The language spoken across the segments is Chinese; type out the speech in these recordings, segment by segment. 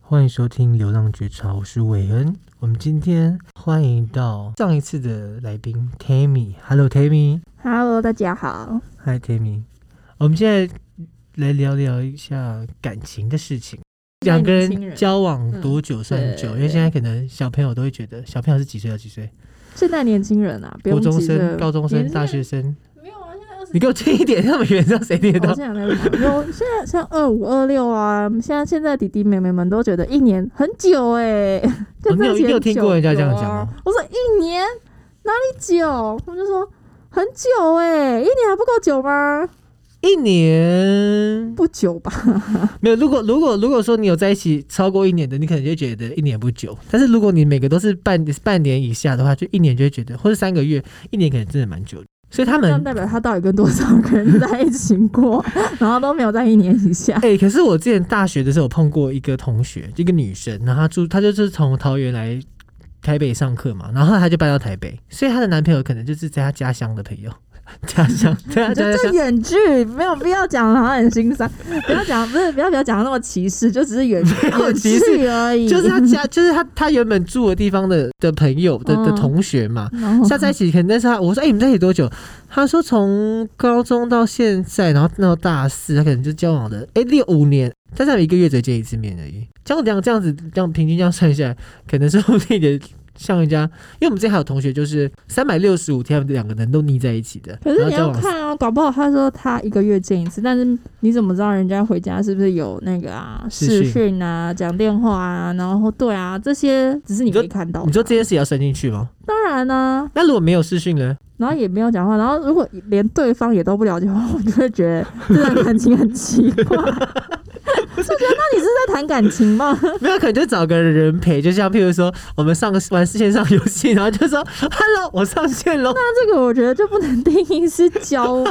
欢迎收听《流浪觉察》，我是韦恩。我们今天欢迎到上一次的来宾 Tammy。Hello Tammy。 Hello，大家好。 Hi Tammy。我们现在来聊聊一下感情的事情。两个年轻人人交往多久算对久？对因为现在可能小朋友都会觉得，小朋友是几岁啊到几岁？现在年轻人啊，不国用中急生、着高中生、年轻人大学生。没有啊，现在二十你给我近一点，那么远，让谁听得到？我现在在想有哦现在像二五二六啊，现在现在弟弟妹妹们都觉得一年很久哎、欸， 哦跟你有在一起你有很听久过人家这样有啊讲吗？我说一年哪里久？他们就说很久哎、一年还不够久吗？一年不久吧？没有，如果如果如果说你有在一起超过一年的，你可能就觉得一年不久。但是如果你每个都是半半年以下的话，就一年就会觉得，或是三个月，一年可能真的蛮久的。所以他这们样代表他到底跟多少个人在一起过， 然后都没有在一年以下。哎、可是我之前大学的时候有碰过一个同学，一个女生，然后她住，她就是从桃园来台北上课嘛，然后她就搬到台北，所以她的男朋友可能就是在她家乡的朋友， 家乡，对啊，你家就这乡。远距没有必要讲的，好像很心酸。不要讲，不是不要不要讲得那么歧视，就只是远有远歧视距而已。就是她家，就是她，她原本住的地方的的朋友的的嗯同学嘛，然后下在一起，可能但是他我说，哎、你们在一起多久？他说从高中到现在，然后到大四，他可能就交往了哎六五年，但是他们一个月只见一次面而已。这样这样这样子，这样平均这样算下来，可能说不定也像人家，因为我们之前还有同学就是三百六十五天，他们两个人都腻在一起的，可然是后你交要往看啊，搞不好他说他一个月见一次，但是你怎么知道人家回家是不是有那个啊视视讯讯啊、讲电话啊，然后对啊，这些只是你你说没看到。你说这件事也要算进去吗？当然呢、那如果没有视讯 呢？然后也没有讲话，然后如果连对方也都不了解的话，我就会觉得这段感情很奇怪。就 觉得那你是在谈感情吗？没有，可能就找个人陪，就像譬如说我们上个玩线上游戏，然后就说 “hello，我上线喽”，这个我觉得就不能定义是交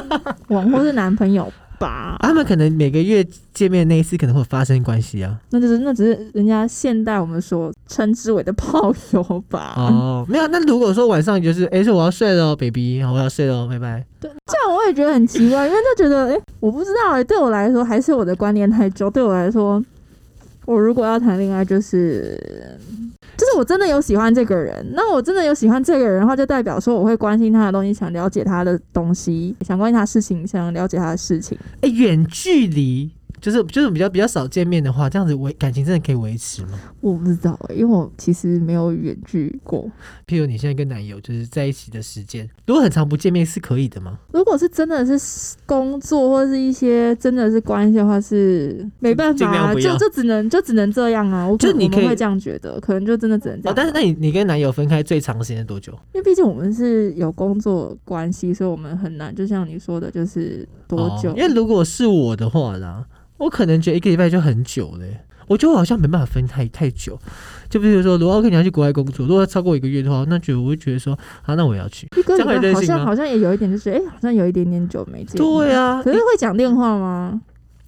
往或是男朋友吧， 啊他们可能每个月见面那一次可能会有发生关系啊。那就是那只是人家现代我们所称之为的炮友吧。哦，没有。那如果说晚上就是，哎、说我要睡了，baby，好我要睡了，拜拜。对，这样我也觉得很奇怪，因为就觉得，哎、我不知道、哎，对我来说还是我的观念太旧。对我来说，我如果要谈恋爱，就是就是我真的有喜欢这个人，那我真的有喜欢这个人的话，就代表说我会关心他的东西，想了解他的东西，想关心他的事情，想了解他的事情。哎、远距离就是就是比较比较少见面的话，这样子维感情真的可以维持吗？我不知道、哎因为我其实没有远距过。譬如你现在跟男友就是在一起的时间，如果很长不见面是可以的吗？如果是真的是工作或是一些真的是关系的话，是没办法、尽量啊，不要就就只能就只能这样啊。我可就你我可以们会这样觉得，可能就真的只能这样啊、哦，但是那你你跟男友分开最长时间是多久？因为毕竟我们是有工作关系，所以我们很难，就像你说的，就是多久？哦因为如果是我的话啦，我可能觉得一个礼拜就很久嘞、我觉得我好像没办法分太太久，就比如说，如果我跟你要去国外工作，如果超过一个月的话，那觉得我会觉得说，啊，那我也要去。一个礼这样会拜任好性吗像好像也有一点，就是哎、好像有一点点久没见。啊对啊，可是会讲电话吗？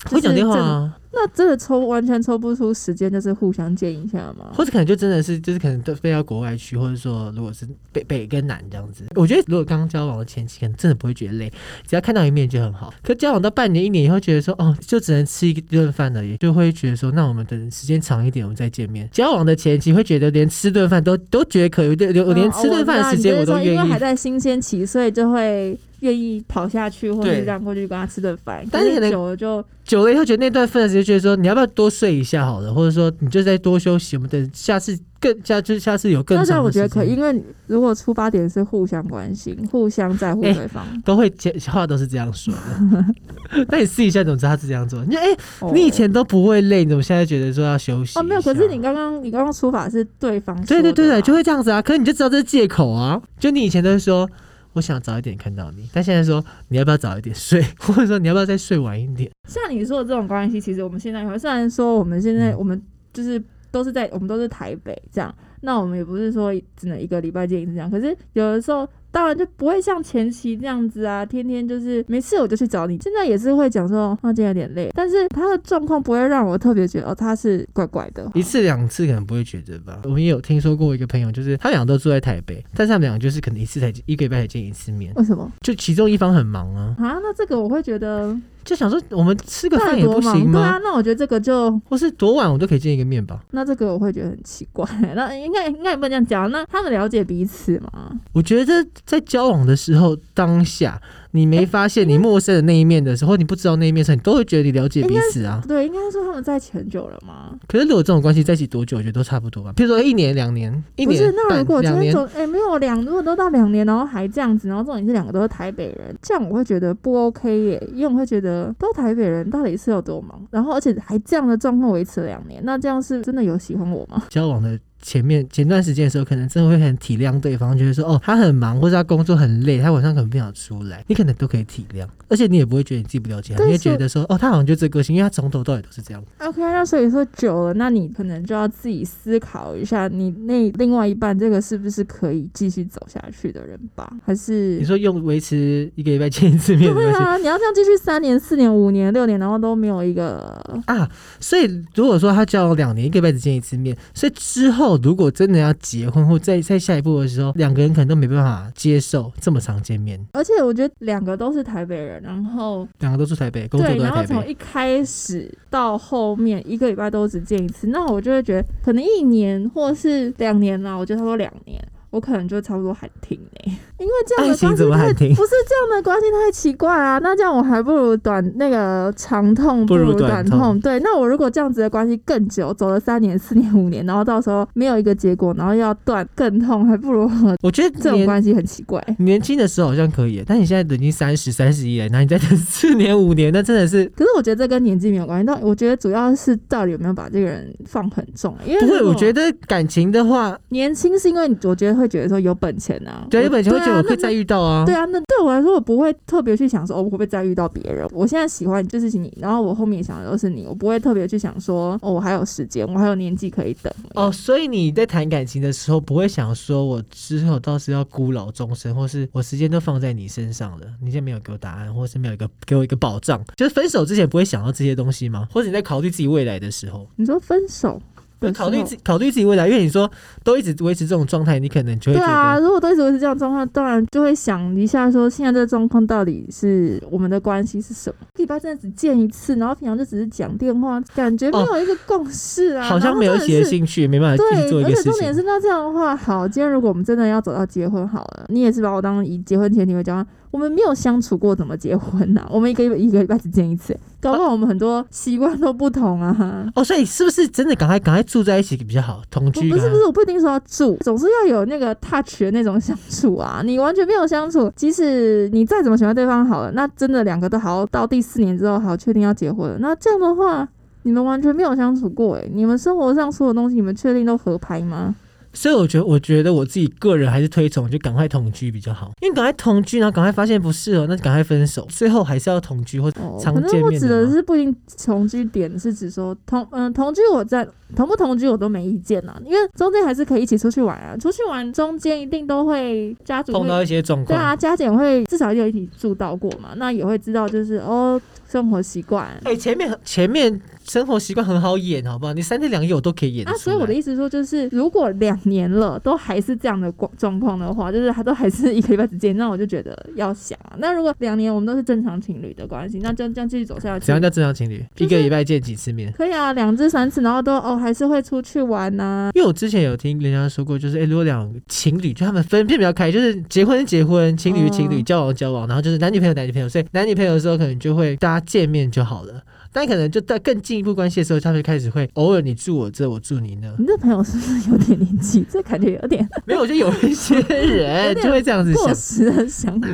会讲电话就是真的啊，那真的抽完全抽不出时间，就是互相见一下吗？或者可能就真的是就是可能都飞到国外去，或者说如果是北北跟南这样子，我觉得如果刚交往的前期，可能真的不会觉得累，只要看到一面就很好。可交往到半年一年以后，觉得说哦，就只能吃一顿饭而已，就会觉得说那我们等时间长一点，我们再见面。交往的前期会觉得连吃顿饭都都觉得可以，我我连嗯吃顿饭的时间哦我我知都道你就愿是说因为还意。在新鲜期，所以就会愿意跑下去，或对是让过去跟他吃顿饭。但是可能久了就久了以后，觉得那段分的时间，觉得说你要不要多睡一下好了，或者说你就再多休息，我们等下次更下就是下次有更那这样长我的时觉间。得可以，因为如果出发点是互相关心、互相在乎哎对方，都会接话都是这样说的。 那你试一下，怎么知道他是这样做？你就哎、哦你以前都不会累，你怎么现在觉得说要休息？哦，没有，可是你。刚刚你刚刚出法是对方对对对对，就会会这样子啊。可是你就知道这是借口啊。就你以前都是说我想早一点看到你，但现在说你要不要早一点睡，或者说你要不要再睡晚一点？像你说的这种关系，其实我们现在也会虽然说我们现在嗯我们就是都是在我们都是台北这样，那我们也不是说只能一个礼拜见一次这样，可是有的时候。当然就不会像前期这样子啊，天天就是没事我就去找你。现在也是会讲说，啊，今天有点累，但是他的状况不会让我特别觉得哦，他是怪怪的。一次两次可能不会觉得吧。我们也有听说过一个朋友，就是他们俩都住在台北，但是他们俩就是可能一次才一个礼拜才见一次面，为什么就其中一方很忙啊，啊？那这个我会觉得就想说我们吃个到饭底也多不忙？行对吗啊？，那我觉得这个就或是多晚我都可以见一个面吧？那这个我会觉得很奇怪。那应该应该也不能这样讲。那他们了解彼此吗？我觉得在交往的时候，当下你没发嗯现你陌生的那一面的时候，或你不知道那一面的时候，你都会觉得你了解彼此啊。对，应该说他们在一起很久了吗？可是如果这种关系在一起多久，我觉得都差不多吧。譬如说一年、两年、一不是，年那如半、果今两天年走，，哎、没有两，如果都到两年，然后还这样子，然后重点是两个都是台北人，这样我会觉得不 OK 耶，因为我会觉得都台北人到底是有多忙，然后而且还这样的状况维持了两年，那这样是真的有喜欢我吗？交往的前面前段时间的时候，可能真的会很体谅对方，觉得说哦，他很忙，或者他工作很累，他晚上可能不想出来，你可能都可以体谅，而且你也不会觉得你自己不了解他，对你会所以觉得说哦，他好像就这个性，因为他从头到尾都是这样。 OK，那所以说久了，那你可能就要自己思考一下，你那另外一半这个是不是可以继续走下去的人吧？还是你说用维持一个礼拜见一次面的对关系，啊，你要这样继续三年、四年、五年、六年，然后都没有一个啊，所以如果说他交往两年，一个礼拜只见一次面，所以之后如果真的要结婚或再再下一步的时候，两个人可能都没办法接受这么常见面，而且我觉得两个都是台北人，然后两个都住台北，工作对，都在然后台从北，一开始到后面一个礼拜都只见一次，那我就会觉得可能一年或是两年啦，我觉得差不多两年，我可能就差不多喊停嘞、 因为这样爱的情关系怎么太喊停？不是这样的关系太奇怪啊！那这样我还不如短那个长痛不如如短短痛对，那我如果这样子的关系更久，走了三年、四年、五年，然后到时候没有一个结果，然后又要断更痛，还不如 我我觉这得种年关系很奇怪。年轻的时候好像可以，但你现在都已经三十、三十一了，那你再等四年、五年，那真的是。可是我觉得这跟年纪没有关系，但我觉得主要是到底有没有把这个人放很重，啊因为不会，如果我觉得感情的话，年轻是因为我觉得会觉得说有本钱啊，对，我有本钱会觉得啊我可以那再遇到啊。对啊，那对我来说，我不会特别去想说，哦，我会不会再遇到别人？我现在喜欢就是你，然后我后面想的都是你，我不会特别去想说，哦，我还有时间，我还有年纪可以等。哦，，所以你在谈感情的时候，不会想说我之后倒是要孤老终生，或是我时间都放在你身上了，你现在没有给我答案，或是没有一个给我一个保障，就是分手之前不会想到这些东西吗？或者你在考虑自己未来的时候，你说分手的时候，考虑自考虑自己未来，因为你说都一直维持这种状态，你可能就会对觉啊，得。如果都一直维持这样的状况，当然就会想一下说，现在这个状况到底是我们的关系是什么？一个礼拜真的只见一次，然后平常就只是讲电话，感觉没哦有一个共识啊，好然像后没有一真的起的是兴趣，没办法一起做对，一个而且事重点是，情。那这样的话，好，今天如果我们真的要走到结婚好了，你也是把我当以结婚前提为交换，我们没有相处过，怎么结婚呢、我们一个一个礼拜只见一次，搞不好我们很多习惯都不同啊。哦，所以是不是真的赶快赶快住在一起比较好？同不居不是感不是，我不一定说要住，总是要有那个 touch 的那种相处啊。你完全没有相处，即使你再怎么喜欢对方好了，那真的两个都好到第四年之后好确定要结婚了，那这样的话，你们完全没有相处过诶、你们生活上所有东西，你们确定都合拍吗？所以我觉得，我觉得我自己个人还是推崇就赶快同居比较好，因为赶快同居，然后赶快发现不适合，那赶快分手，最后还是要同居或哦，常可能见我面指的的吗是不一定同居点，是指说同嗯、同居我在同不同居我都没意见呐、因为中间还是可以一起出去玩啊，出去玩中间一定都会家族碰到会一些状对啊，况。家长会至少也有一起住到过嘛，那也会知道就是哦生活习惯哎、前面很前面生活习惯很好演，好不好？你三天两夜我都可以演得啊，出来。所以我的意思说就是如果两年了都还是这样的状状况的话，就是还都还是一个礼拜之间，那我就觉得要想啊，那如果两年我们都是正常情侣的关系，那就这样继续走下去怎样叫正常情侣？就是一个礼拜见几次面？可以啊，两至三次，然后都哦还是会出去玩啊呐、因为我之前有听人家说过，就是哎、如果两情侣，就他们分辨比较开，就是结婚是结婚，情侣是情侣，嗯交往是交往，然后就是男女朋友男女朋友，所以男女朋友的时候可能就会大家见面就好了。但可能就在更进一步关系的时候，他们就开始会偶尔你住我这，我住你 那。你这朋友是不是有点年纪？这感觉有点没有，就有一些人就会这样子过想。嗯时的想法。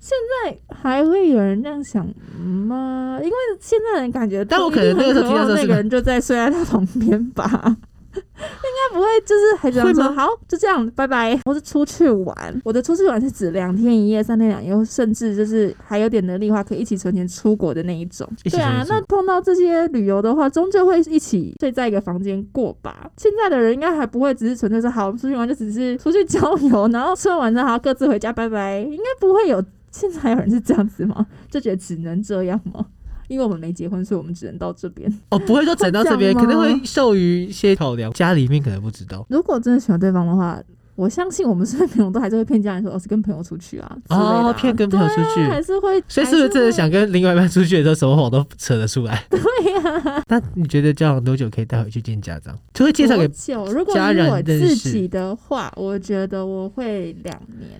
现在还会有人这样想吗？因为现在人感觉，但我可能那个时候听到这那是个人就在睡在他旁边吧， 应该不会，就是还想会说吗好就这样，拜拜。我是出去玩，我的出去玩是指两天一夜、三天两夜，甚至就是还有点能力的话，可以一起存钱出国的那一种。一起对啊存钱，那碰到这些旅游的话，终究会一起睡在一个房间过吧。现在的人应该还不会只是纯粹说好，我们出去玩就只是出去郊游，然后吃完晚餐还要各自回家，拜拜。应该不会有现在还有人是这样子吗？就觉得只能这样 吗？因为我们没结婚，所以我们只能到这边。哦，不会说整到这边，会可这样能吗会受于一些考量，家里面可能不知道。如果真的喜欢对方的话，我相信我们身边朋友都还是会骗家人说，哦，是跟朋友出去啊，之类的啊哦骗跟朋友出去对啊还是会，所以是不是真的想跟另外一半出去的时候，什么谎都扯得出 来？还是会？对啊呀、那你觉得交往多久可以带回去见家长？就会介绍给多久如果家是人我认自识己的话，我觉得我会两年，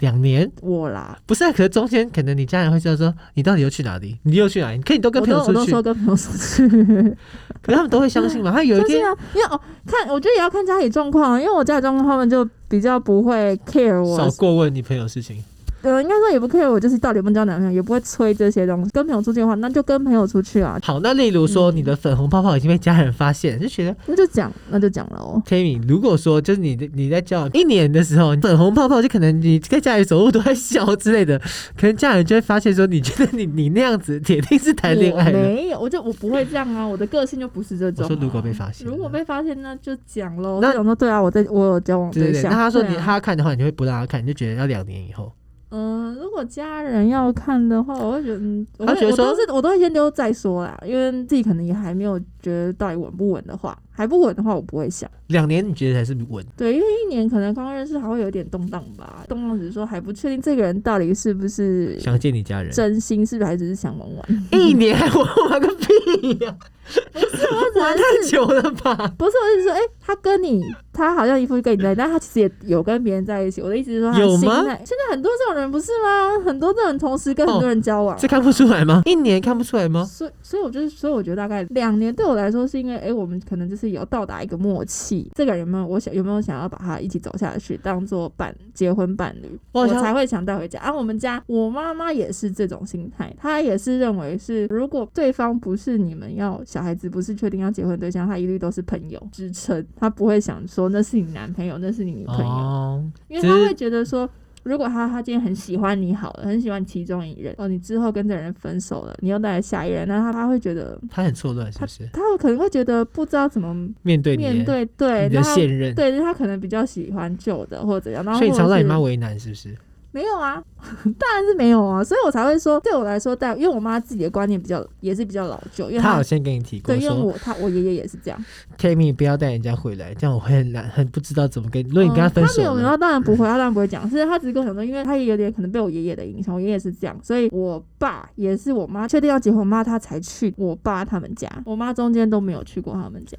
两年，我啦，不是、啊？可是中间可能你家人会知道说你到底又去哪里，你又去哪里？可以都跟我朋都友我出都去，说跟朋友出去。可是他们都会相信嘛？他 有一就是天，啊，因为哦，看我觉得也要看家里状况，啊因为我家里状况他们就比较不会 care 我，少过问你朋友的事情，呃，应该说也不 care 我，就是到底有没有交男朋友，也不会催这些东西。跟朋友出去的话，那就跟朋友出去啊，好，那例如说嗯你的粉红泡泡已经被家人发现，就觉得那就讲，那就讲了哦。 Tammy，如果说就是你的你在交往一年的时候，粉红泡泡就可能你在家里走路都在笑之类的， 可能家人就会发现说，你觉得你你那样子铁定是谈恋爱我了。没有，我就我不会这样啊，我的个性就不是这种、啊我说如果被发现如果被发现那就讲喽。那那种说对啊，我在我有交往对对对，象。那他说你、对啊他要看的话，你就会不让他看，你就觉得要两年以后。嗯，如果家人要看的话，我会觉得，嗯，我他会觉得我都说是我都会先丢再说啦，因为自己可能也还没有觉得到底稳不稳的话，还不稳的话，我不会想。两年你觉得才是稳？对，因为一年可能刚认识，还会有点动荡吧，动荡只是说还不确定这个人到底是不是想见你家人，真心，是不是还只是 想玩玩。一年还我玩个屁呀、我只玩能太是久了吧？不是我的意思是说，哎、他跟你，他好像一副跟你在，但他其实也有跟别人在一起。我的意思是说，他有心吗态现在很多这种人不是吗？很多这种人同时跟很多人交往。哦这看不出来吗？一年看不出来吗？所以，所以我就是，所以我觉得大概两年对我来说是因为，哎、我们可能就是有到达一个默契，这个人有没有我想有没有想要把他一起走下去，当做伴结婚伴侣，我我好像才会想带回家。啊，我们家我妈妈也是这种心态，她也是认为是如果对方不是你们要小孩子，不是确定要结婚对象，她一律都是朋友支撑，她不会想说那是你男朋友，那是你女朋友，哦，因为只她是会觉得说。如果他他今天很喜欢你好了，很喜欢其中一人哦，你之后跟这人分手了，你又带来下一任，那他他会觉得他很错乱，是不是？他可能会觉得不知道怎么面对你的面对对，你的那他现任，对，他可能比较喜欢旧的或者怎样，然后所以你或者常让你是妈为难，是不是？没有啊， 当然是没有啊，所以我才会说，对我来说，但因为我妈自己的观念比较也是比较老旧，因为她她好像跟你提过对，因为说我她我爷爷也是这样。 ，Tammy 不要带人家回来，这样我会很难，很不知道怎么跟。如果你跟嗯分她没手有，了，她当然不会，她啊当然不会讲，是她只是跟我讲说，因为她也有点可能被我爷爷的影响，我爷爷是这样，所以我爸也是我妈确定要结婚，我妈她才去我爸他们家，我妈中间都没有去过他们家。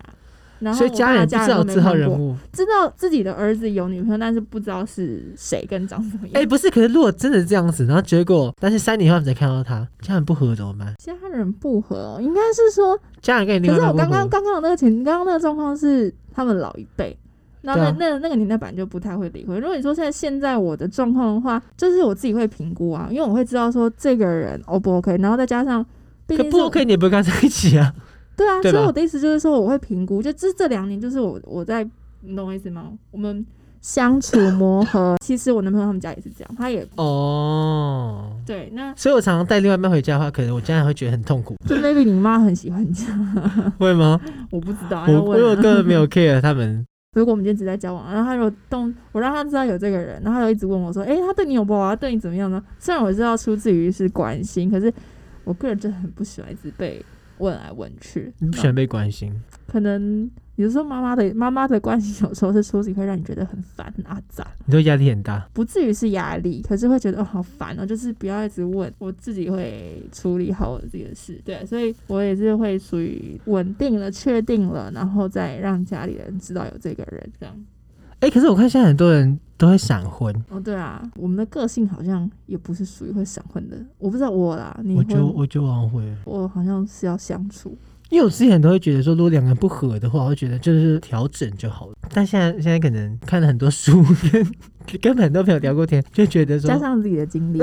然后所以我家爸人不家知道都没自号看人过物。知道自己的儿子有女朋友，但是不知道是谁跟长什么哎、样。不是，可是如果真的这样子，然后结果，但是三年后你才看到他，家人不和怎么办？家人不和哦、应该是说，家人跟你可另是外我一半刚不和，刚刚刚的那个情，刚刚那个状况是他们老一辈，那对那啊那那个年代本来就不太会离婚。如果你说现在现在我的状况的话，就是我自己会评估啊，因为我会知道说这个人 O 不 OK，然后再加上。毕可竟是不 OK，你也不会跟他在一起 啊。对啊，对吧所以我的意思就是说，我会评估，就这这两年，就是我我在，你懂我意思吗？我们相处磨 合，其实我男朋友他们家也是这样，他也哦，对，那所以我常常带另外一半回家的话，可能我家人会觉得很痛苦，就 maybe 你妈很喜欢你，会吗？我不知道，要我我问有啊。根本没有 care 他们，如果我们今天只在交往，然后他如果动，我让他知道有这个人，然后他就一直问我说：“诶，他对你有不好啊？他对你怎么样呢？”虽然我知道出自于是关心，可是我个人真的很不喜欢一直被问来问去。你不喜欢被关心。那可能有时候妈妈的妈妈的关心，有时候是出自于会让你觉得很烦很阿杂，你说压力很大，不至于是压力，可是会觉得哦好烦哦，就是不要一直问，我自己会处理好我自己的事。对，所以我也是会属于稳定了、确定了，然后再让家里人知道有这个人这样。哎、可是我看现在很多人都会闪婚，哦，对啊，我们的个性好像也不是属于会闪婚的，我不知道我啦，你我觉会得吗，我觉得往回。我好像是要相处，因为我之前都会觉得说，如果两个人不合的话，我会觉得就是调整就好了。但现在现在可能看了很多书，跟跟很多朋友聊过天，就觉得说加，上自己的经历，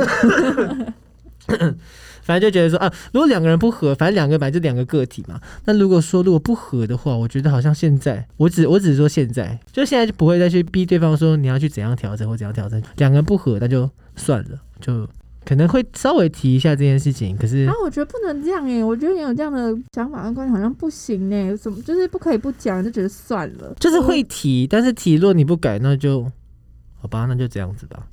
反正就觉得说啊，如果两个人不合，反正两个人本来就两个个体嘛。那如果说如果不合的话，我觉得好像现在，我只我只是说现在，就现在就不会再去逼对方说你要去怎样调整或怎样调整。两个人不合，那就算了，就可能会稍微提一下这件事情。可是啊，我觉得不能这样哎、我觉得你有这样的想法跟观点好像不行哎、怎么就是不可以不讲，就觉得算了，就是会提，但是提，如果你不改，那就好吧，那就这样子吧，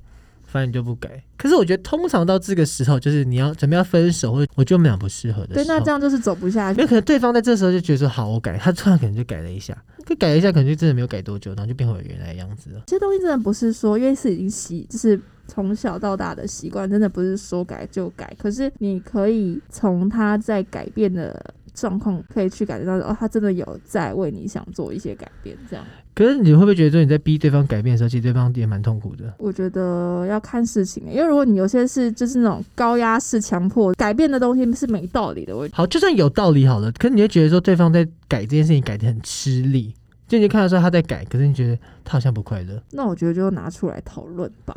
反正你就不改。可是我觉得通常到这个时候，就是你要准备要分手，或者我觉得我们俩不适合的对，时候，那这样就是走不下因为去。可能对方在这时候就觉得说好，我改，他突然可能就改了一下，就改了一下，可能就真的没有改多久，然后就变回我原来的样子了。这些东西真的不是说，因为是已经习，就是从小到大的习惯，真的不是说改就改。可是你可以从他在改变的状况，可以去感觉到哦，他真的有在为你想做一些改变。这样，可是你会不会觉得说你在逼对方改变的时候，其实对方也蛮痛苦的？我觉得要看事情、欸因为如果你有些是就是那种高压式强迫改变的东西是没道理的。我好，就算有道理好了，可是你会觉得说对方在改这件事情改得很吃力，就你就看得出他在改，可是你觉得他好像不快乐。那我觉得就拿出来讨论吧。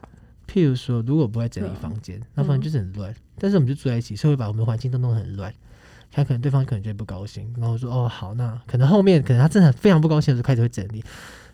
譬如说，如果不爱整理房嗯间，那房间就是很乱，但是我们就住在一起，所以会把我们的环境都弄得很乱。他可能对方可能就会不高兴，然后我说哦好，那可能后嗯面可能他真的非常不高兴的时候开始会整理，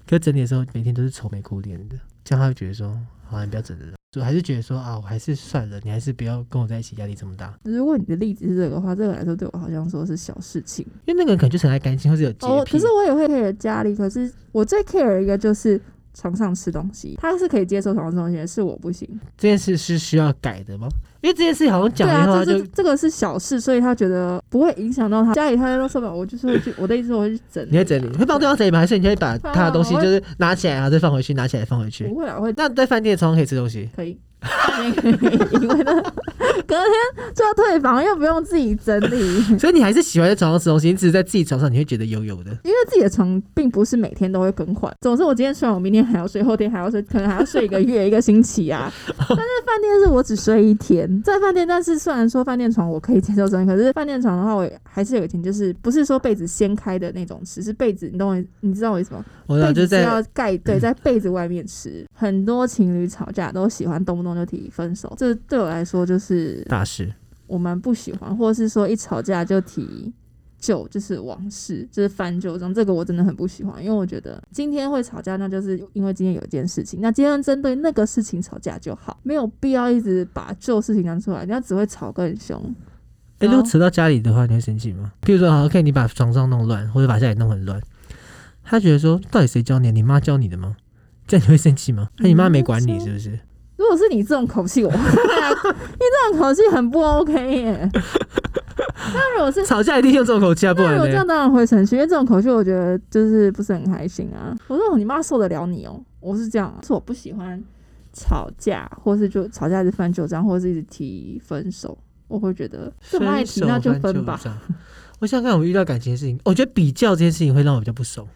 可是整理的时候每天都是愁眉苦脸的，这样他会觉得说好，你不要整理了，就还是觉得说啊，我还是算了，你还是不要跟我在一起，压力这么大，如果你的例子是这个的话，这个来说对我好像说是小事情。因为那个人可能就是很爱干净或是有洁癖。哦，可是我也会 care 家里，可是我最 care 一个就是床上吃东西，他是可以接受床上吃东西，是我不行。这件事是需要改的吗？因为这件事好像对讲了以后他啊，就就。是这个是小事，所以他觉得不会影响到他家里，他都受不了。我就是会去，我的意啊思是我会去整理，你会整理，会帮对方整理吗？还是你会把他的东西啊我就会是拿起来，然后再放回去，拿起来放回去不？会啊，我会那在饭店床上可以吃东西，可以。 因为呢，隔天就要退房，又不用自己整理，所以你还是喜欢在床上吃东西，你只是在自己床上你会觉得油油的。因为自己的床并不是每天都会更换。总之，我今天睡完，我明天还要睡，后天还要睡，可能还要睡一个月、一个星期啊。但是饭店是我只睡一天，在饭店，但是虽然说饭店床我可以接受整理，可是饭店床的话，我也还是有一点，就是不是说被子掀开的那种吃，是被子，你懂我，你知道我意思吗？我知道被哦就是子是在嗯要盖对，在被子外面吃。很多情侣吵架都喜欢动不动就提分手，这对我来说就是大事。我们不喜欢，或是说一吵架就提旧，就是往事，就是翻旧账，这个我真的很不喜欢，因为我觉得今天会吵架，那就是因为今天有一件事情，那今天针对那个事情吵架就好，没有必要一直把旧事情拿出来，人家只会吵更凶。哎、然如后果扯到家里的话，你会生气吗？譬如说，好，OK，你把床上弄乱，或者把家里弄很乱，他觉得说，到底谁教你？你妈教你的吗？这样你会生气吗？哎那你妈没管你是不是？如果是你这种口气，我啊 你这种口气很不 OK 耶。那如果是吵架一定用这种口气啊，不那如然果哎这样呢？当然会生气，因为这种口气我觉得就是不是很开心啊。我说你妈受得了你哦、我是这样、啊，是我不喜欢吵架，或是就吵架一直翻旧账，或是一直提分手，我会觉得这么爱提手那就翻旧分吧。账。我想想看，我遇到感情的事情，我觉得比较这件事情会让我比较不爽。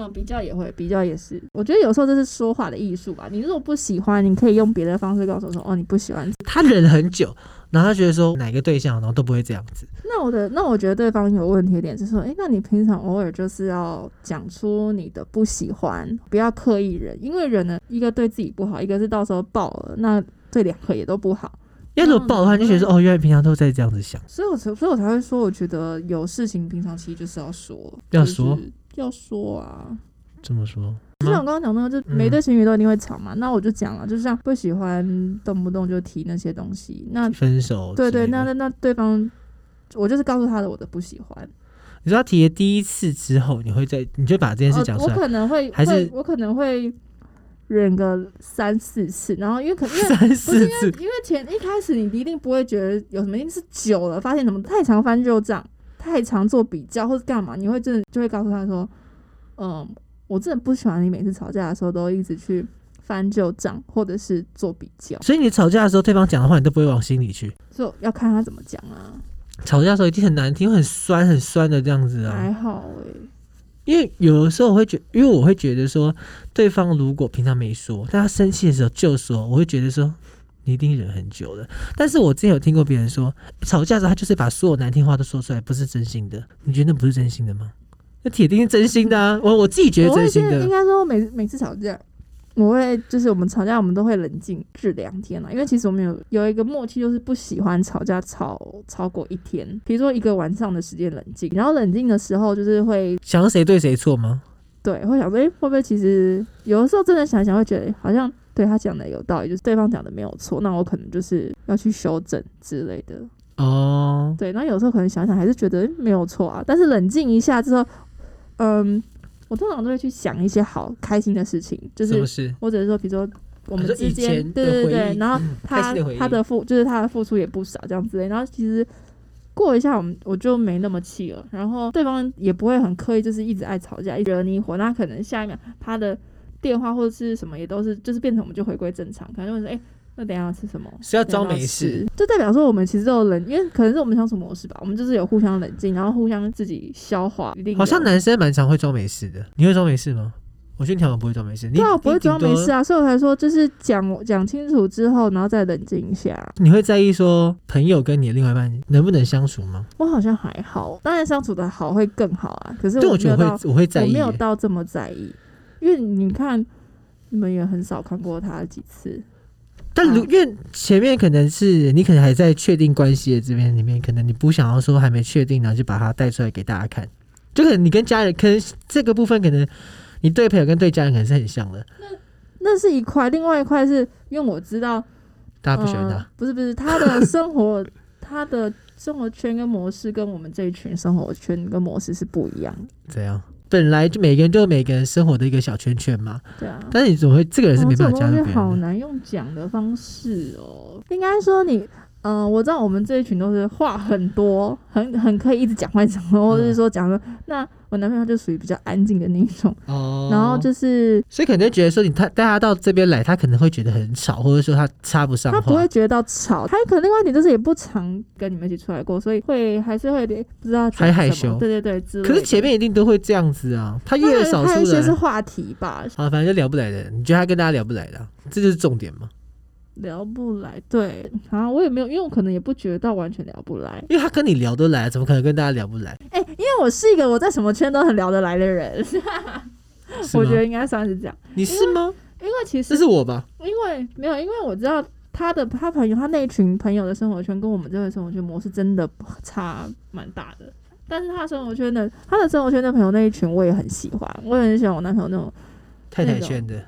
嗯，比较也会，比较也是。我觉得有时候这是说话的艺术吧。你如果不喜欢，你可以用别的方式告诉我说，哦，你不喜欢。他忍很久，然后他觉得说哪个对象，然后都不会这样子。那我的，那我觉得对方有问题的点是说，诶，那你平常偶尔就是要讲出你的不喜欢，不要刻意忍，因为忍呢，一个对自己不好，一个是到时候爆了，那对两个也都不好。因为如果爆的话，你就觉得嗯说哦，原来平常都在这样子想。所以我才，所以我才会说，我觉得有事情平常其实就是要说，要就是说要说啊。这么说，就像我刚刚讲到，就嗯每对情侣都一定会吵嘛，那我就讲了，就像不喜欢动不动就提那些东西，那分手之类的。对对，那那那对方，我就是告诉他的我的不喜欢。你说他提了第一次之后，你会在你就把这件事讲哦出我来，可能会还是会我可能会忍个三四次，然后因为可因为三不是四因为次，因为前一开始你一定不会觉得有什么，一定是久了发现什么太常翻旧账，太常做比较或者干嘛，你会真的就会告诉他说，嗯，我真的不喜欢你每次吵架的时候都一直去翻旧账或者是做比较，所以你吵架的时候，对方讲的话你都不会往心里去。所以要看他怎么讲啊，吵架的时候一定很难听，很酸很酸的这样子啊。还好欸诶、因为有的时候我会觉因为我会觉得说，对方如果平常没说，但他生气的时候就说，我会觉得说你一定忍很久了。但是我之前有听过别人说，吵架的时候他就是把所有难听话都说出来，不是真心的。你觉得那不是真心的吗？那铁定是真心的啊！我我自己觉得我会真先心应的，该说每每次吵架，我会就是我们吵架，我们都会冷静至两天了，因为其实我们有有一个默契，就是不喜欢吵架吵超过一天，比如说一个晚上的时间冷静，然后冷静的时候就是会想要谁对谁错吗？对会想说，诶、会不会其实有的时候真的想一想会觉得好像。对他讲的有道理，就是对方讲的没有错，那我可能就是要去修正之类的。哦，对，然后有时候可能想想还是觉得没有错啊，但是冷静一下之后，嗯，我通常都会去想一些好开心的事情，就什是么事？或者说比如说我们啊说以之间前，对的对回对，忆嗯然后开他心的回忆他的付就是他的付出也不少这样之类，然后其实过一下我们我就没那么气了，然后对方也不会很刻意就是一直爱吵架，一直惹你火，那可能下一秒他的电话或者是什么也都是就是变成我们就回归正常，可能就会说哎。那等一下要吃什么？是要等一下装没事吃，就代表说我们其实都有冷，因为可能是我们相处模式吧，我们就是有互相冷静，然后互相自己消化。一定有好像男生蛮常会装没事的，你会装没事吗？我觉得你好像不会装没事，你对啊，我不会装没事啊。啊，所以我才说就是讲讲清楚之后，然后再冷静一下。你会在意说朋友跟你的另外一半能不能相处吗？我好像还好，当然相处的好会更好啊。可是对，我我没觉有得到，我会我会在我意没有耶。到这么在意，因为你看，你们也很少看过他几次。但如嗯因为前面可能是你可能还在确定关系的这边里面，可能你不想要说还没确定，然后就把它带出来给大家看。就可能你跟家人，可能这个部分可能你对朋友跟对家人可能是很像的，那是一块，另外一块是因为我知道大家不喜欢呃他。不是不是，他的生活， 他的生活圈跟模式跟我们这一群生活圈跟模式是不一样的。怎样？本来就每个人都有每个人生活的一个小圈圈嘛，对啊，但是你怎么会这个人是哦没这办种法加东入西别人好的？难用讲的方式哦。应该说你，嗯、我知道我们这一群都是话很多，很很可以一直讲话一直讲话，嗯或者是说讲的。那我男朋友就属于比较安静的那一种，哦然后就是所以可能就觉得说你他带他到这边来，他可能会觉得很吵，或者说他插不上他话。不会觉得到吵，他可能另外一点就是也不常跟你们一起出来过，所以会还是会有点不知道讲还害什么羞对对对，之类可是的前面一定都会这样子啊，他当越然少还有出一些是来，话题吧，好，反正就聊不来的人，你觉得他跟大家聊不来的啊、这就是重点嘛？聊不来。对，然后我也没有，因为我可能也不觉得到完全聊不来，因为他跟你聊得来，怎么可能跟大家聊不 来？哎、因为我是一个我在什么圈都很聊得来的人，是我吗觉得应该算是这样。你是吗？因为其实这是我吧？因为没有，因为我知道他的他朋友他那一群朋友的生活圈跟我们这个生活圈模式真的差蛮大的。但是他生活圈的他的生活圈的朋友那一群我也很喜欢，我也很喜欢我男朋友那种太太圈的，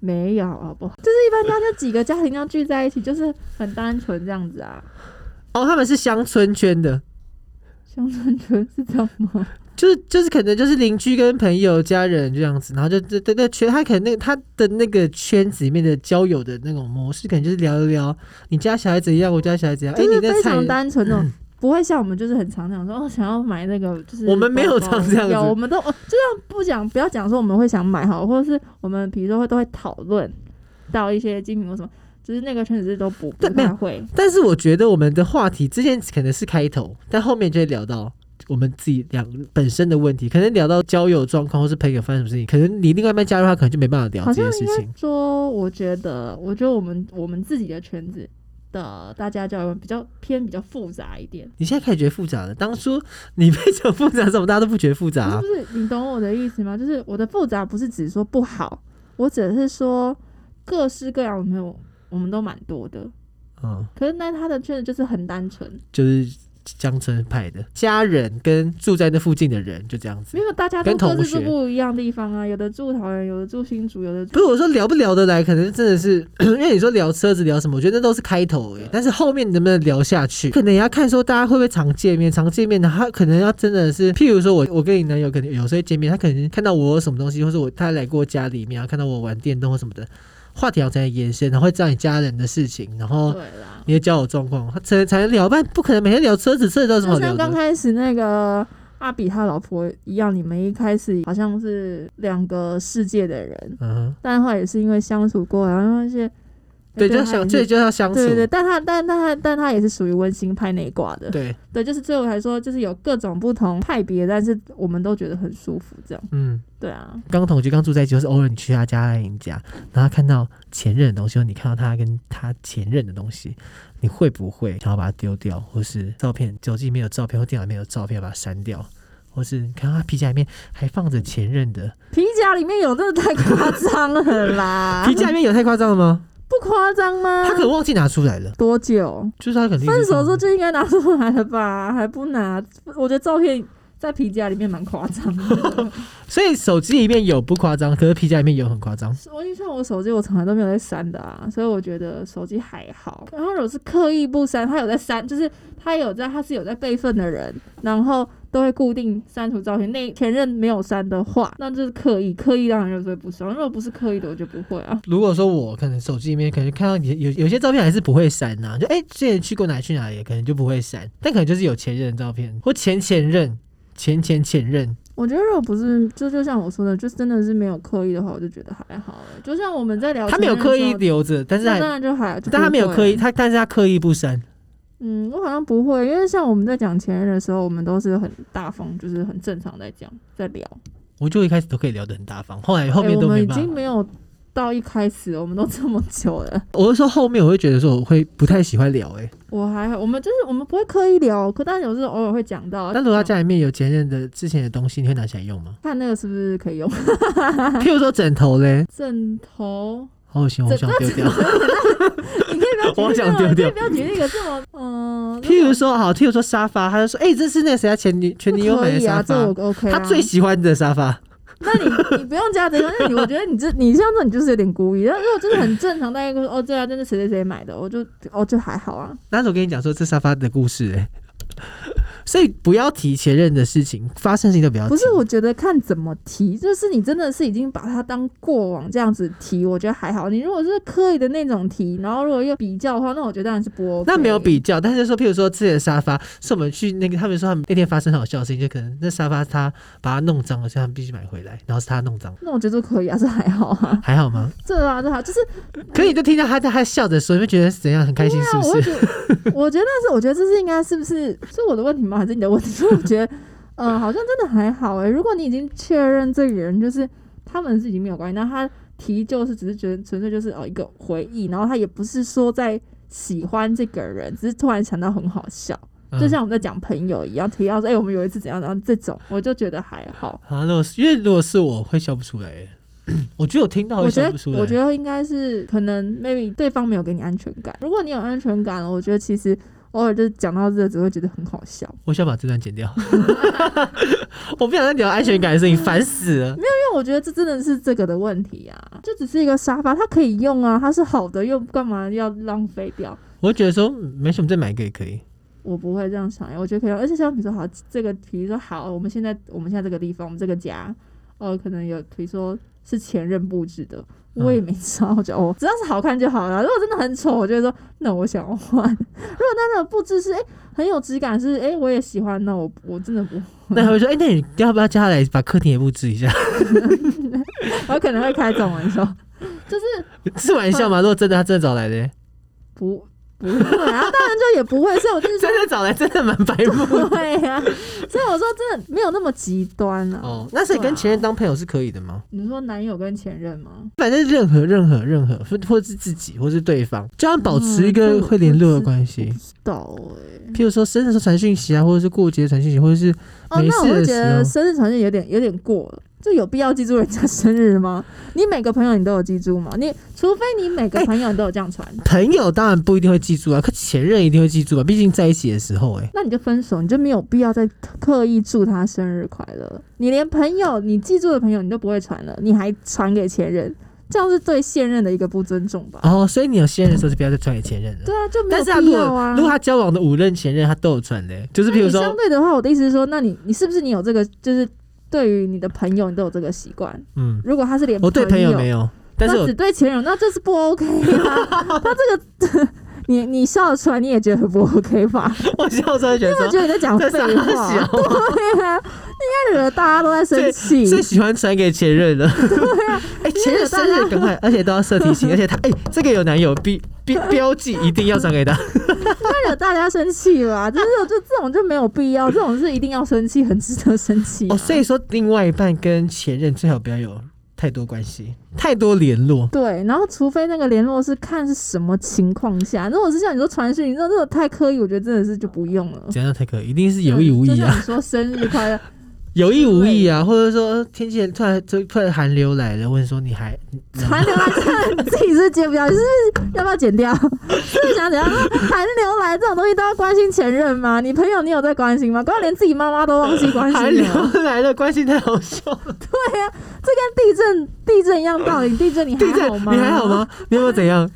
没有好不好？就是一般大家几个家庭要聚在一起，就是很单纯这样子啊。哦，他们是乡村圈的，乡村圈是这样吗？就是就是可能就是邻居跟朋友、家人这样子，然后就这这那圈，他可能那个他的那个圈子里面的交友的那种模式，可能就是聊一聊你家小孩怎样，我家小孩怎样，哎、就是你的非菜嗯常单纯那种， 不会像我们就是很常讲说哦，想要买那个就是我们没有包包常这样子有我们都哦就像不讲不要讲说我们会想买好，或者是我们比如说会都会讨论到一些精品或什么，就是那个圈子是都不不对没有太会。但是我觉得我们的话题之前可能是开头，但后面就会聊到我们自己两本身的问题，可能聊到交友状况或是朋友发生什么事情，可能你另外一半加入他，可能就没办法聊好这些像事应该情。说，我觉得，我觉得我们我们自己的圈子的大家交友比较偏比较复杂一点，你现在开始觉得复杂了，当初你被讲复杂的时候，大家都不觉得复杂、啊 不。是不是，你懂我的意思吗？就是我的复杂不是只说不好，我只是说各式各样的朋友，我们都蛮多的。嗯，可是那他的圈子就是很单纯，就是乡村派的家人跟住在那附近的人，就这样子没。有大家都跟同各自住学不一样的地方啊，有的住桃园，有的住新竹，有的不住是我说聊不聊得来，可能真的是 因为你说聊车子聊什么，我觉得那都是开头诶、但是后面能不能聊下去，可能也要看说大家会不会常见面，常见面的他可能要真的是，譬如说我我跟你男友可能有时候见面，他可能看到我有什么东西，或是我他来过家里面，然后看到我玩电动或什么的，话题要才能延伸，然后会知道你家人的事情，然后对啦。你的交友状况，他才才能聊，不然不可能每天聊车子，车子到什么好就聊像刚的？开始那个阿比他老婆一样，你们一开始好像是两个世界的人，嗯哼，但后来也是因为相处过，然后那些对，就他要也想是这就要相处对，对对，但他但但他但他也是属于温馨派那一挂的，对，对，就是最后还说，就是有各种不同派别，但是我们都觉得很舒服，这样。嗯。对啊，刚同居刚住在一起，就是偶尔你去他家来你家，然后看到前任的东西，或你看到他跟他前任的东西，你会不会想要把它丢掉，或是照片手机里面有照片或电脑里面有照片把它删掉，或是你看到他皮夹里面还放着前任的，皮夹里面有真的太夸张了 啦，皮夹里面有太夸张了吗？不夸张吗？他可能忘记拿出来了，多久？就是他肯定嗯分手之后就应该拿出来了吧？还不拿？我觉得照片在皮夹里面蛮夸张 的。所以手机里面有不夸张，可是皮夹里面有很夸张。我印象我手机我从来都没有在删的啊，所以我觉得手机还好。然后如果是刻意不删，他有在删，就是他有在，他是有在备份的人，然后都会固定删除照片。那前任没有删的话，那就是刻意，刻意当然就是会不爽。如果不是刻意的，我就不会啊。如果说我可能手机里面可能看到你有有些照片还是不会删呐、就哎、之前去过哪里去哪里，可能就不会删，但可能就是有前任的照片或前前任、前前前任。我觉得如果不是，就就像我说的，就真的是没有刻意的话，我就觉得还好了。就像我们在聊，他没有刻意，留着，但是那还当然就还，就但他没有不会刻意，他但是他刻意不删。嗯，我好像不会，因为像我们在讲前任的时候，我们都是很大方，就是很正常在讲，在聊。我就一开始都可以聊得很大方，后来后欸面都我们没已办法。经没有到一开始，我们都这么久了，我是说后面我会觉得说我会不太喜欢聊哎、我还好，我们就是我们不会刻意聊，可但有时候偶尔会讲到。但如果他家里面有前任的之前的东西，你会拿起来用 吗？看那个是不是可以用譬如说枕头嘞，枕头？好恶心，哦我想丢掉。 你 可以不要我举想那个，丢掉你可以不要举那个这么 嗯。譬如说好，譬如说沙发，他就说哎、这是那个谁他前女前女友可买的以啊，沙这发，我 OK 啊。他最喜欢的沙发。那你你不用加这个，那你我觉得你这你像这你就是有点故意。但如果真的很正常，大家就说哦对啊，那是谁谁谁买的，我就哦就还好啊。那时候跟你讲说这沙发的故事哎、 所以不要提前任的事情，发生的事情都不要提。不是，我觉得看怎么提，就是你真的是已经把它当过往这样子提，我觉得还好。你如果是刻意的那种提，然后如果又比较的话，那我觉得当然是不 OK。那没有比较，但是说，譬如说之前的沙发是我们去那个，他们说他们那天发生很好笑的事情，就可能那沙发他把它弄脏了，所以他们必须买回来，然后是他弄脏，那我觉得可以啊，这还好啊，还好 吗？这啊这还好，就是可以就听到他他笑着说，你会觉得怎样很开心，是啊那我不会是？觉得，我觉得但是我觉得这是应该是不是是我的问题吗？还是你的问题？ 所以我觉得，呃，好像真的还好欸诶、如果你已经确认这个人就是他们是已经没有关系，那他提就是只是觉得纯粹就是哦一个回忆，然后他也不是说在喜欢这个人，只是突然想到很好笑。嗯就像我们在讲朋友一样，提到说，哎、我们有一次怎样，然后这种，我就觉得还好。啊，如果是因为如果是我会笑不出来耶， 我觉得我听到我会笑觉得哦不出，来。我觉得应该是可能 maybe 对方没有给你安全感。如果你有安全感了，我觉得其实偶尔就讲到这，只会觉得很好笑。我想把这段剪掉， 我不想再聊安全感的事情，烦死了。因为我觉得这真的是这个的问题啊，就只是一个沙发，它可以用啊，它是好的，又干嘛要浪费掉？我会觉得说嗯没什么，再买一个也可以。 我不会这样想，我觉得可以用。而且像比如说好，这个比如说好，我们现在我们现在这个地方，我们这个家，呃，可能有比如说是前任布置的。我也没差，我觉得哦，只要是好看就好了。如果真的很丑，我就会说那我想要换。如果那个布置是哎、很有质感，是哎、我也喜欢，那我我真的不那他会说，哎、那你要不要叫他来把客厅也布置一下？ 我可能会开这种玩笑， 就是是玩笑吗？如果真的他真的找来的耶，不不会啊，当然就也不会，所以我就是说真的找来真的蛮白目的。不会啊，所以我说真的没有那么极端啊。哦，那所以跟前任对啊当朋友是可以的吗？你说男友跟前任吗？啊反正任何任何任何，或或是自己，或是对方，就要保持一嗯个会联络的关我系不。知道哎、譬如说生日的时候传讯息啊，或者是过节传讯息，或者是哦，没那事我的会觉得时生日传讯有点有点过了，就有必要记住人家生日吗？ 你每个朋友你都有记住吗？你除非你每个哎朋友你都有这样传，朋友，当然不一定会记住啊，可前任一定会记住啊，毕竟在一起的时候、哎，那你就分手，你就没有必要再刻意祝他生日快乐。你连朋友你记住的朋友你都不会传了，你还传给前任，这样是对现任的一个不尊重吧？哦，所以你有现任的时候就不要再传给前任了。对啊，就没但有是他必如果、要啊。如果他交往的五任前任他都有传的、哎就是那譬你如相说，对的话，我的意思是说，那你你是不是你有这个，就是对于你的朋友，你都有这个习惯？嗯，如果他是连我对朋朋友没有，但是那我只对前任，那这是不 OK 啊。他这个 你你笑出来，你也觉得很不 OK 吧？ 我笑时候觉得我说觉得你在讲这废傻话，小 对啊，应该惹大家都在生气。最喜欢传给前任了。对啊， 哎，前任生日赶快，而且都要设提醒，而且他哎、这个有男友必必标记一定要传给啊他。惹大家生气 了、啊，就是就这种就没有必要，这种是一定要生气，很值得生气、啊。哦，所以说另外一半跟前任最好不要有太多关系，太多联络。对，然后除非那个联络是看是什么情况下，如果是像你说传讯，你知道这个太刻意，我觉得真的是就不用了。怎样才可以？一定是有意无就意像啊！你说生日快乐，有意无意啊，或者说天气突然就突然寒流来了，问说你还寒流来，这自己是接不掉，你是不是要不要剪掉？ 是不是想怎样？寒流来这种东西都要关心前任吗？你朋友你有在关心吗？不要连自己妈妈都忘记关心啊寒了，流对来了，关系太好笑了。啊，这跟地震地震一样道理。地震你地还震好吗？你还好？吗？你有没有怎样？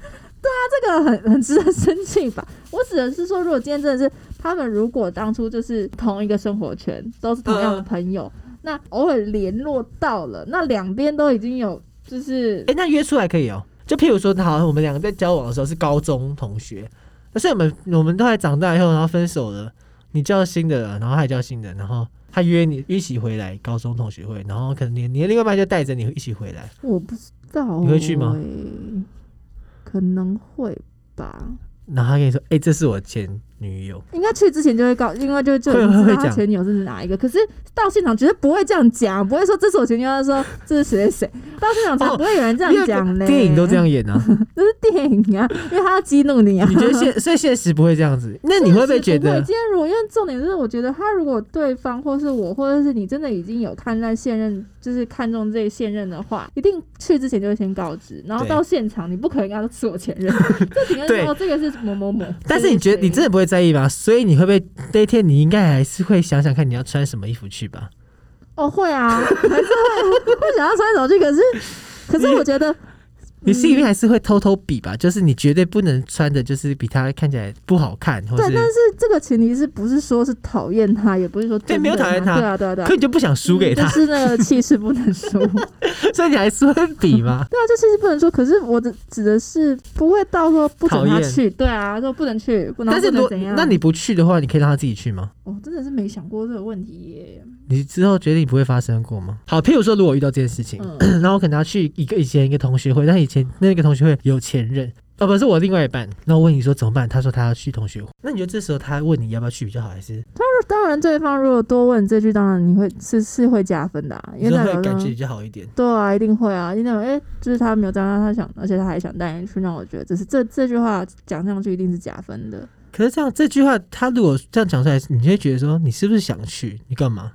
这个很很值得生气吧？我指的是说，如果今天真的是他们，如果当初就是同一个生活圈，都是同样的嗯朋友，那偶尔联络到了，那两边都已经有就是哎、那约出来可以哦、就譬如说，好，我们两个在交往的时候是高中同学，但是我们我们都还长大以后，然后分手了，你交新的了，然后他也交新的，然后他约你一起回来高中同学会，然后可能你你的另外一半就带着你一起回来，我不知道、欸你会去吗？可能会吧。然后他跟你说，哎、这是我前女友，应该去之前就会告，应该就就已会经会知会道他讲前女友是哪一个。可是到现场绝对不会这样讲，不会说这是我前女友，他说 这是谁谁谁。到现场才哦不会有人这样讲呢、电影都这，样演啊，这是 电影啊，因为他要激怒你啊。你觉得现所以现实不会这样子？那你会不会觉其实不得会今天如果因为重点就是，我觉得他如果对方或是我，或者是你真的已经有看待现任，就是看中这现任的话，一定去之前就会先告知，然后对到现场你不可能跟他说是我 前任，就只能对说哦这个是某某某。但是你觉得你真这的不会在意吗？所以你会不会那一天你应该还是会想想看你要穿什么衣服去吧？哦会啊，还是会会想要穿手去，可是可是我 觉得你心里嗯面还是会偷偷比吧，就是你绝对不能穿的，就是比他看起来不好看，或对，但是是这个前提是不是说是讨厌他，也不是说对没有真的讨厌他对啊对啊对啊可，你就不想输给他嗯，就是那个气势不能输。所以你还是会比 吗？对啊，这其实不能说。可是我的指的是不会到说不准讨他厌去，对啊，说不能去，不能但是不如能果怎样？那你不去的话，你可以让他自己去吗？我、真的是没想过这个问题耶。你之后决定不会发生过吗？好，譬如说，如果我遇到这件事情， 嗯，然后我可能要去一个以前一个同学会，但以前那个同学会有前任，哦，不是我另外一半。那我问你说怎么办？他说他要去同学会，那你觉得这时候他问你要不要去比较好，还是当然，对方如果多问这句，当然你会是是会加分的、啊，因你为说代会表感觉说比较好一点？对啊，一定会啊，因为哎、诶就是他没有这样，他想，而且他还想带你去，那我觉得这是这这句话讲上去一定是加分的。可是这样这句话，他如果这样讲出来，你就会觉得说你是不是想去？你干嘛？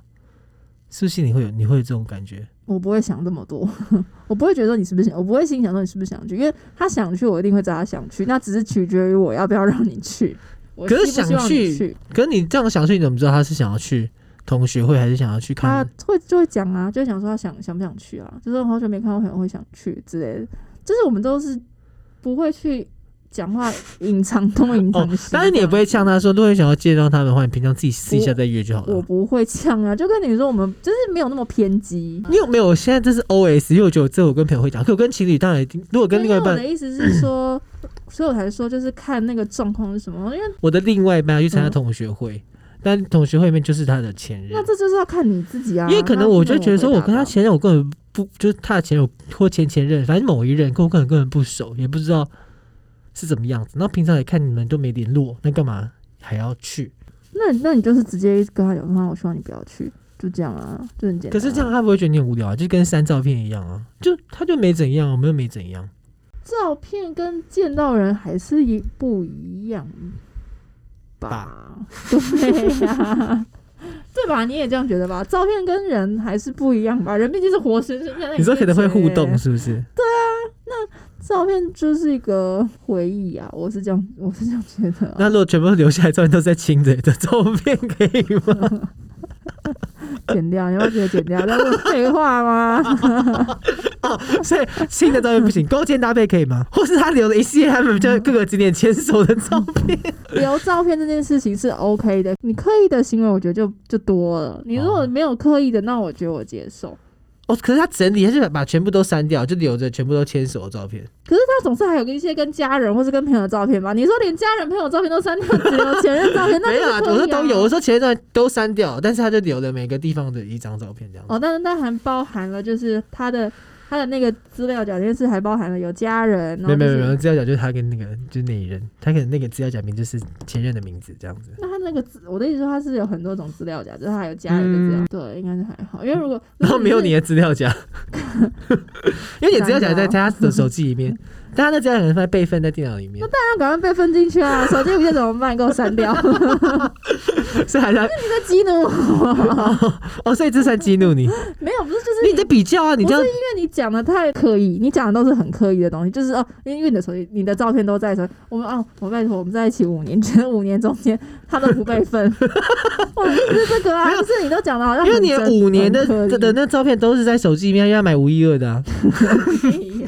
是不是你会有你会有这种感觉？我不会想这么多， 我不会觉得你是不是想，我不会心想说你是不是想去，因为他想去，我一定会知道他想去，那只是取决于我要不要让你去。 我可是希不希想望你去可是你这样想去，你怎么知道他是想要去同学会，还是想要去他看？会就会讲啊，就会想说他想想不想去啊，就是我好久没看到朋友会想去之类的，就是我们都是不会去讲话隐藏东隐哦藏西、，但是你也不会呛他说，如果你想要见到他们的话，你平常自己私下再约就好我了。不会呛啊，就跟你说我们就是没有那么偏激。你有没有现在这是 O S？因为我觉得这我跟朋友会讲，可我跟情侣当然一定，如果跟另外一因为我半，的意思是说，所以我才说就是看那个状况是什么，因为我的另外一半要去参加同学会，但同学会里面就是他的前任嗯那，这就是要看你自己啊。因为可能那我这就个觉得说我回答跟他不了前任，我根本不就是他的前任或前前任，反正某一任跟我根本根本不熟，也不知道是怎么样子。那平常也看你们都没联络，那干嘛还要去？那那你就是直接跟他讲说，我希望你不要去，就这样啊，就很简单、可是这样他不会觉得你很无聊啊，就跟删照片一样啊，就他就没怎样，我们又没怎样。照片跟见到人还是一不一样吧？对呀、 对吧？你也这样觉得吧？照片跟人还是不一样吧？人毕竟是活生生在那里你说可能会互面动前耶，是不是？照片就是一个回忆啊，我是这样，我是这样觉得啊、那如果全部留下来照片都在亲嘴的照片可以吗？剪掉，你要觉得剪掉，那是废话吗？所以亲的照片不行，勾肩搭配可以吗？或是他留了一系列他们就各个景点牵手的照片？留照片这件事情是 OK 的，你刻意的行为我觉得就就多了。你如果没有刻意的，那我觉得我接受。哦，可是他整理，他就把全部都删掉，就留着全部都牵手的照片。可是他总是还有一些跟家人或是跟朋友的照片吧？你说连家人朋友的照片都删掉，只留前任照 片，那没就有是啊，刻意我说都有，我说前一段都删掉，但是他就留了每个地方的一张照片这样子。哦，但是那还包含了就是他的他的那个资料夹里面是还包含了有家人，没有然后就没有没有，是资料夹就是他跟那个就是那一任，他可能那个资料夹名就是前任的名字这样 子。那他那个资，我的意思说他是有很多种资料夹，就是他有家人的资料，对，应该是还好，因为如果嗯 然后没有如 果你的资料夹，因为你的资料夹在他的手机里面，但他的资料可能放在备份在电脑里面，那赶快被分进去啊！手机不见怎么办？给我 删掉！你所以 还在在激怒我？哦，所以这算激怒你，因没有，不是，就是为你在比较啊，你这样因为你讲的太刻意，你讲的都是很刻意的东西，就是哦，因为你的手机、你的照片都在手机，我们哦，我拜托，我们在一起五年，这五年中间他都不 备份，我的意思是这个啊，没有就是你都讲的好像因为你的很五年的 很刻意的的那照片都是在手机里面，要买五一二的、啊，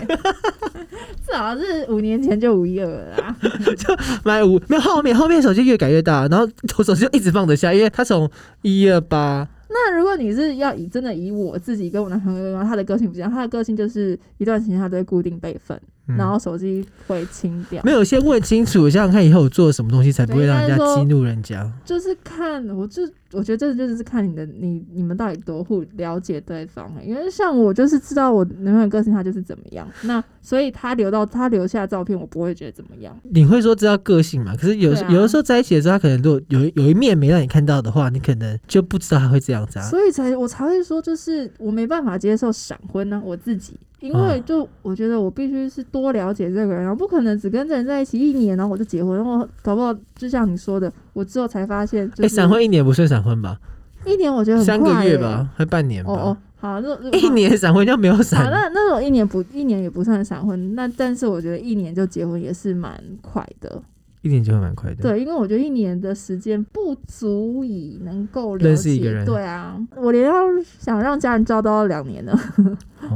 至少是五年前就五一二啊了啦，买五没有后面后面手机越改越大，然后我手机就一直放得下，因为它从一二八那如果你是要以真的以我自己跟我男朋友，他的个性不一样，他的个性就是一段时间他都会固定备份，嗯然后手机会清掉。没有先问清楚，想想看以后我做了什么东西才不会让人对应该家说激怒人家。就是看，我就我觉得这就是看你的你你们到底多互了解对方、欸因为像我就是知道我男朋友个性他就是怎么样，那所以他留到他留下照片，我不会觉得怎么样。你会说知道个性嘛？可是有、对啊有的时候在一起的时候，他可能如果有一有一面没让你看到的话，你可能就不知道他会这样子啊。所以才我才会说，就是我没办法接受闪婚啊呢、我自己，因为啊就我觉得我必须是多了解这个人，然后不可能只跟这人在一起一年，然后我就结婚，然后搞不好就像你说的，我之后才发现，哎、就是闪婚一年不算闪婚吧？一年我觉得很快、欸三个月？吧，还半年吧？哦哦，好，那 那一年闪婚就没有好，闪，那那种一年不一年也不算闪婚，那但是我觉得一年就结婚也是蛮快的，一年就会蛮快的。，对，因为我觉得一年的时间不足以能够了认识一解个人对啊，我连要想让家人知道都要两年了，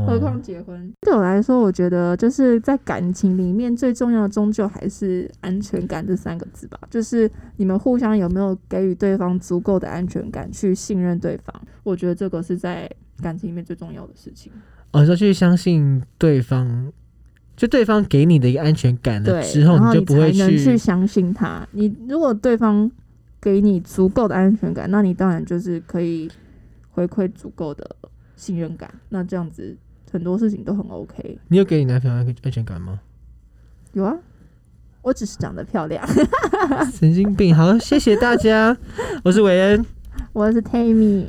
何况哦、结婚。对我来说，我觉得就是在感情里面最重要的，终究还是安全感这三个字吧。就是你们互相有没有给予对方足够的安全感，去信任对方，我觉得这个是在感情里面最重要的事情。哦，你说去相信对方，就对方给你的一个安全感了对，之后，然后就不会才能去去。相信他。你如果对方给你足够的安全感，那你当然就是可以回馈足够的信任感。那这样子很多事情都很 OK。你有给你男朋友安安全感 吗？有啊，我只是长得漂亮。 神经病！好，谢谢大家，我是韦恩。我是 Tammy，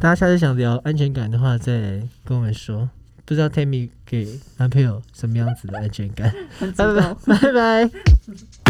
大家下次想聊安全感的话，再来跟我们说。不知道 Tammy 给男朋友什么样子的安全感？很足拜够拜。拜拜。